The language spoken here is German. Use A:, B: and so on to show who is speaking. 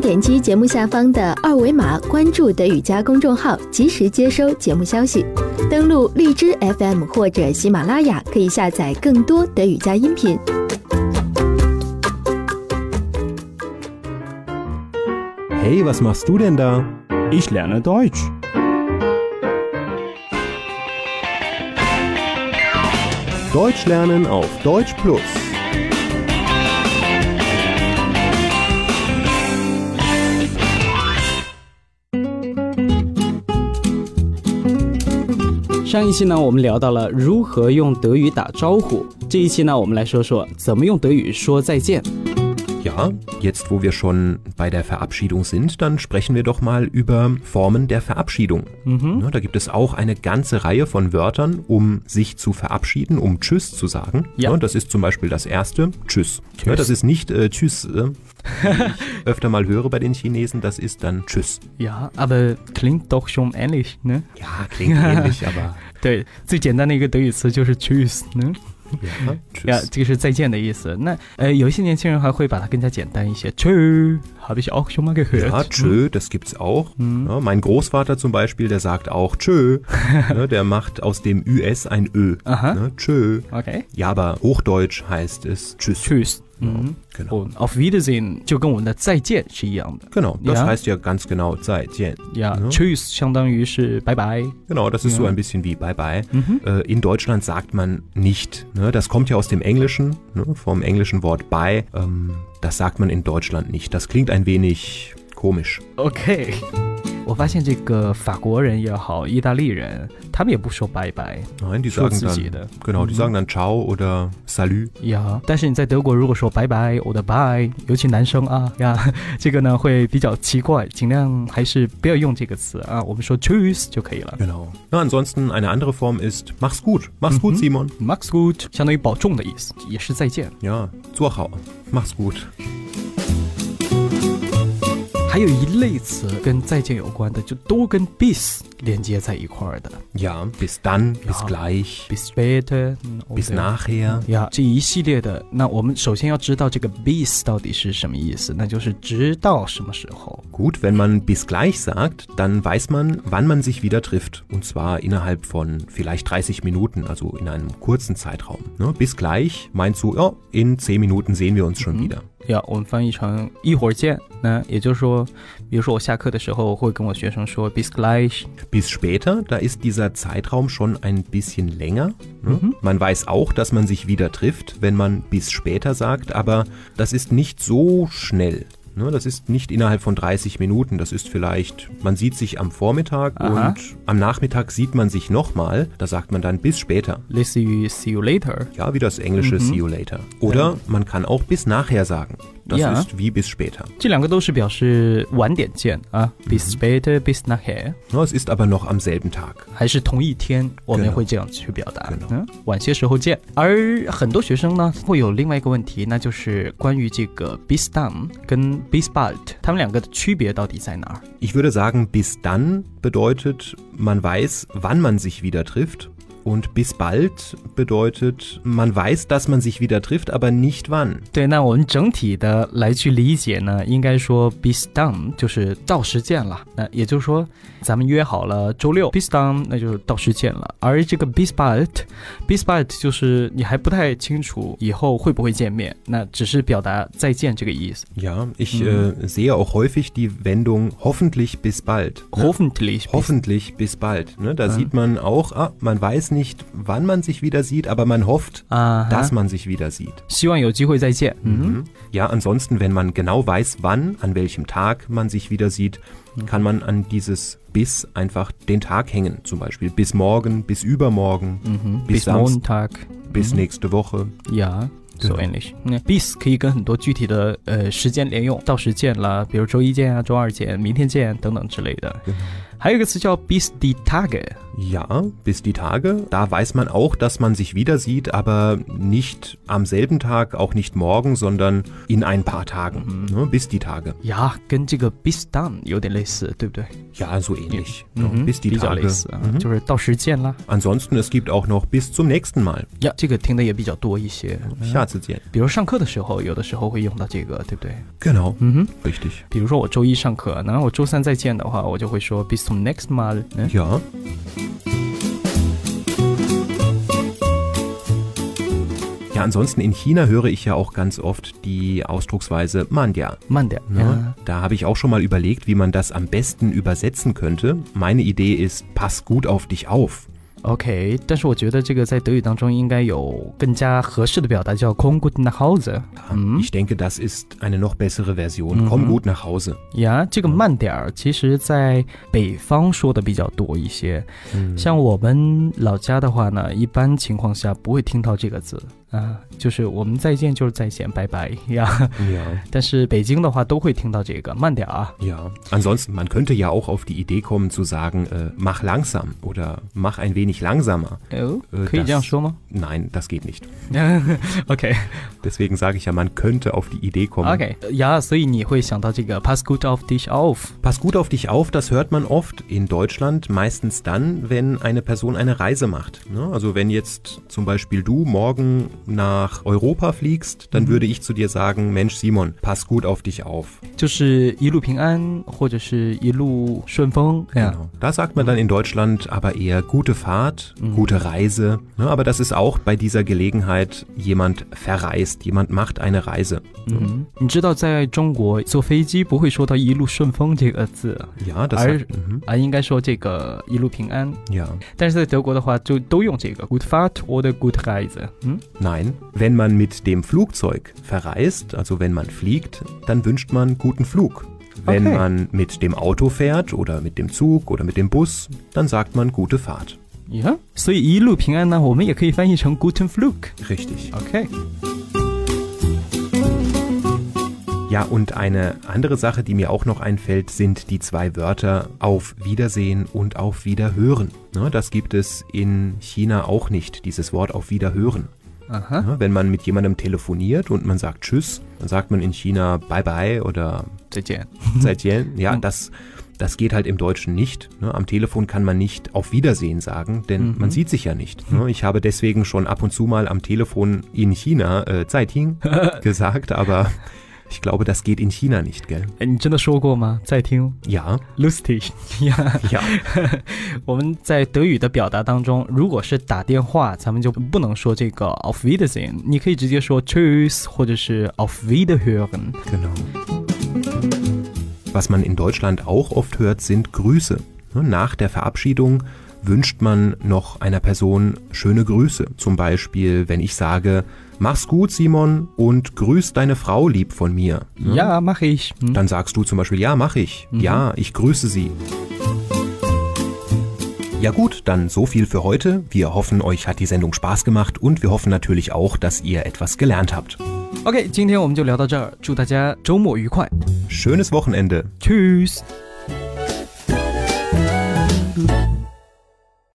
A: 点击节目下方的二维码关注德语家公众号，及时接收节目消息。登录荔枝 FM 或者喜马拉雅，可以下载更多德语家音频。
B: Hey, was machst du denn da?
C: Ich lerne Deutsch.
B: Deutsch lernen auf Deutsch Plus.
C: Deutsch。上一期呢，我们聊到了如何用德语打招呼。这一期呢，我们来说说怎么用德语说再见。
B: Ja, jetzt wo wir schon bei der Verabschiedung sind, dann sprechen wir doch mal über Formen der Verabschiedung. Ne, Da gibt es auch eine ganze Reihe von Wörtern, um sich zu verabschieden, um Tschüss zu sagen.
C: Ja.
B: Ne, Das ist zum Beispiel das erste Tschüss. Ne, Das ist nicht äh, Tschüss, äh, wie ich öfter mal höre bei den Chinesen, das ist dann Tschüss.
D: Ja, aber 啊 klingt doch schon ähnlich, ne?
B: Ja, klingt ähnlich, aber
D: 对，最简单的一个德语词就是 choose，呢，
B: ja, ne? Tschüss.
D: 呀，这个是再见的意思。那呃，有一些年轻人还会把它更加简单一些 c h ö habe ich auch 哦 schon mal gehört。
B: Ja, tschö,
D: Hm?
B: das gibt's auch. Ja, mein Großvater zum Beispiel, der sagt auch tschö. ne, der macht aus dem ÜS ein Ö.
D: Aha.
B: Ne, tschö.
D: OK。
B: Ja, aber Hochdeutsch heißt es tschüss.
D: Tschüss，嗯，
B: Genau.
D: 哦，Auf Wiedersehen 就跟我们的再见是一样的
B: Genau, das
D: Ja.
B: heißt ja ganz genau Zeitchen.
D: 呀。Tschüss 相当于是拜拜，
B: Genau, das ist so ein bisschen wie Bye Bye.
D: Mhm.
B: Äh, in Deutschland sagt man nicht. Ne? Das kommt ja aus dem Englischen, ne? vom englischen Wort Bye. Ähm, das sagt man in Deutschland nicht. Das klingt ein wenig komisch.
D: OK，我发现这个法国人也好，意大利人，他们也不说拜拜
B: Nein, die
D: Schon
B: sagen
D: sich jeder. Mhm.
B: dann, genau, die sagen dann Ciao oder Salü.
D: 呀。但是你在德国如果说拜拜我的 bye，尤其男生啊 呀，这个呢会比较奇怪，尽量还是不要用这个词啊，我们说 choose 就可以了。
B: Genau. Mhm. Na, ansonsten eine andere Form ist mach's gut. Mach's gut, Simon.
D: Max good 相当于保重的意思，也是再见。
B: Ja, Zuachau. Mach's gut.
D: 还有一类词跟再见有关的，就都跟 bis 连接在一块儿的
B: Ja, bis dann, bis
D: Ja.
B: gleich,
D: ，bis später，嗯
B: bis
D: ，OK
B: nachher.
D: 呀这一系列的，那我们首先要知道这个 bis 到底是什么意思，那就是直到什么时候。
B: Gut, wenn man bis gleich sagt, dann weiß man, wann man sich wieder trifft. Und zwar innerhalb von vielleicht 30 Minuten, also in einem kurzen Zeitraum. Ne? Bis gleich meint so, ja, in 10 Minuten sehen wir uns schon wieder.
D: 呀，我们翻译成一会儿见。那也就是说，比如说我下课的时候会跟我学生说 bis gleich。
B: Bis später, da ist dieser Zeitraum schon ein bisschen länger. Ne?
D: Mhm.
B: Man weiß auch, dass man sich wieder trifft, wenn man bis später sagt, aber das ist nicht so schnell. Ne? Das ist nicht innerhalb von 30 Minuten. Das ist vielleicht, man sieht sich am Vormittag
D: Aha.
B: und am Nachmittag sieht man sich nochmal. Da sagt man dann bis später.
D: 类似于 see you later，
B: Ja, wie das
D: Mhm.
B: englische See you later. Oder man kann auch bis nachher sagen. Das
D: Ja.
B: ist wie bis später.
D: 这两个都是表示晚点见啊、b i s später, bis nachher，
B: Ne, Es ist aber noch am selben Tag.
D: 还是同一天，我们
B: Genau
D: 会这样去表达
B: Genau。
D: 嗯，晚些时候见。而很多学生呢，会有另外一个问题，那就是关于这个 bis dann 跟 bis bald，他们两个的区别到底在哪儿？
B: Ich würde sagen, bis dann bedeutet, man weiß, wann man sich wieder trifft. Und bis bald bedeutet, man weiß, dass man sich wieder trifft, aber nicht wann.
D: 对，那我们整体的来去理解呢，应该说 bis done 就是到时见了。那也就是说，咱们约好了周六 bis done，那就是到时见了。而这个 bis bald，bis bald 就是你还不太清楚以后会不会见面，那只是表达再见这个意思。
B: Ja, ich äh, sehe auch häufig die Wendung hoffentlich bis bald. Ne?
D: Hoffentlich，
B: Hoffentlich bis bald. Ne? Da sieht man auch, ah, man weiß nicht, wann man sich wieder sieht, aber man hofft,
D: 啊哈，
B: dass man sich wieder sieht.
D: 希望有机会再见。嗯，
B: Ja, ansonsten, wenn man genau weiß, wann, an welchem Tag man sich wieder sieht, kann man an dieses bis einfach den Tag hängen. Zum Beispiel bis morgen, bis übermorgen, bis
D: Mhm. bis Mhm.
B: Samstag,
D: Montag。
B: bis nächste Woche.
D: 呀，so English。那 bis 可以跟很多具体的呃时间连用，到时见啦，比如周一见啊，周二见，明天见等等之类的。还有一个词叫 bis die Tage，
B: Ja, bis die Tage. Da weiß man auch, dass man sich wieder sieht, aber nicht am selben Tag, auch nicht morgen, sondern in ein paar Tagen.
D: Mhm.
B: Ne, bis die Tage.
D: Ja，跟这个 bis done 有点类似，对不对？
B: Ja, so ähnlich.
D: Mhm,
B: Ja, bis die
D: 比较
B: Tage. Mhm.
D: 类似啊，就是到时见啦。
B: Ansonsten, es gibt auch noch bis zum nächsten Mal.
D: 呀，这个听的也比较多一些，
B: 下次见.
D: 比如上课的时候，有的时候会用到这个，对不对？
B: Genau,
D: 嗯哼，
B: richtig.
D: 比如说我周一上课，然后我周三再见的话，我就会说 bis zum next mal。嗯，
B: Ja. Ja, ansonsten in China höre ich ja auch ganz oft die Ausdrucksweise Mandja.
D: 慢点。
B: Ne? Da habe ich auch schon mal überlegt, wie man das am besten übersetzen könnte. Meine Idee ist, pass gut auf dich auf.
D: OK，但是我觉得这个在德语当中应该有更加合适的表达，叫 “kom gut nach Hause”。
B: Ich denke, das ist eine noch bessere Version. Komm gut nach Hause.
D: 呀，这个慢点儿，其实在北方说的比较多一些。像我们老家的话呢，一般情况下不会听到这个字啊，就是我们再见就是再见，拜拜呀。
B: Ja.
D: 但是北京的话都会听到这个，慢点儿啊。
B: Ja, ansonsten, man könnte ja auch auf die Idee kommen zu sagen, äh, mach langsam oder mach ein wenig langsamer.
D: 哦
B: 呃，
D: 可以
B: das-
D: 这样说吗
B: Nein, das geht nicht.
D: ？OK
B: Deswegen sage ich ja, man könnte auf die Idee kommen.
D: OK 呀，所以你会想到这个 “pass good off dish off”。
B: Pass gut auf dich auf, das hört man oft in Deutschland, meistens dann, wenn eine Person eine Reise macht. Ne? Also wenn jetzt zum Beispiel du morgen nach Europa fliegst, dann würde ich zu dir sagen, Mensch Simon, pass gut auf dich auf.
D: 就是一路平安，或者是一路顺风。哎呀
B: Genau. Da sagt man dann in Deutschland aber eher gute Fahrt, gute Reise. Ne? Aber das ist auch bei dieser Gelegenheit, jemand verreist, jemand macht eine Reise.
D: 嗯，你知道在中国坐飞机不会说到“一路顺风”这个字
B: Ja, das
D: Al-
B: sagt, mhm.
D: 啊，应该说这个“一路平安
B: ja. ”。
D: 但是在德国的话，就都用这个 “good fart” 或者 “good reise”。嗯
B: Nein, wenn man mit dem Flugzeug verreist, also wenn man fliegt, dann wünscht man guten Flug. Wenn
D: Okay.
B: man mit dem Auto fährt oder mit dem Zug oder mit dem Bus, dann sagt man gute Fahrt.
D: 呀，所以“一路平安”呢，我们也可以翻译成 “guten Flug”。
B: Richtig.
D: OK，
B: Ja, und eine andere Sache, die mir auch noch einfällt, sind die zwei Wörter auf Wiedersehen und auf Wiederhören. Ne, das gibt es in China auch nicht, dieses Wort auf Wiederhören.
D: 啊哈，
B: Ne, wenn man mit jemandem telefoniert und man sagt Tschüss, dann sagt man in China Bye Bye oder
D: 再见。
B: Seitdem, ja, das, das geht halt im Deutschen nicht. Ne? Am Telefon kann man nicht auf Wiedersehen sagen, denn man sieht sich ja nicht. Ne? Ich habe deswegen schon ab und zu mal am Telefon in China äh, Zeiting gesagt, aber ich glaube, das geht in China nicht, gell?
D: 哎，你真的说过吗？再听
B: Ja,
D: lustig 呀。
B: ja,
D: 我们在德语的表达当中，如果是打电话，咱们就不能说这个 auf Wiedersehen，你可以直接说 Tschüss 或者是 auf Wiederhören。
B: genau. Was man in Deutschland auch oft hört, sind Grüße. Ne? Nach der Verabschiedung wünscht man noch einer Person schöne Grüße. Zum Beispiel, wenn ich sage, mach's gut, Simon, und grüß deine Frau lieb von mir. Ne?
D: Ja, mache ich. 嗯
B: Dann sagst du zum Beispiel, ja, mache ich. Ja, ich grüße sie. Ja gut, dann so viel für heute. Wir hoffen, euch hat die Sendung Spaß gemacht und wir hoffen natürlich auch, dass ihr etwas gelernt habt.
D: OK，今天我们就聊到这儿，祝大家周末愉快
B: Schönes Wochenende.
D: ，Tschüss。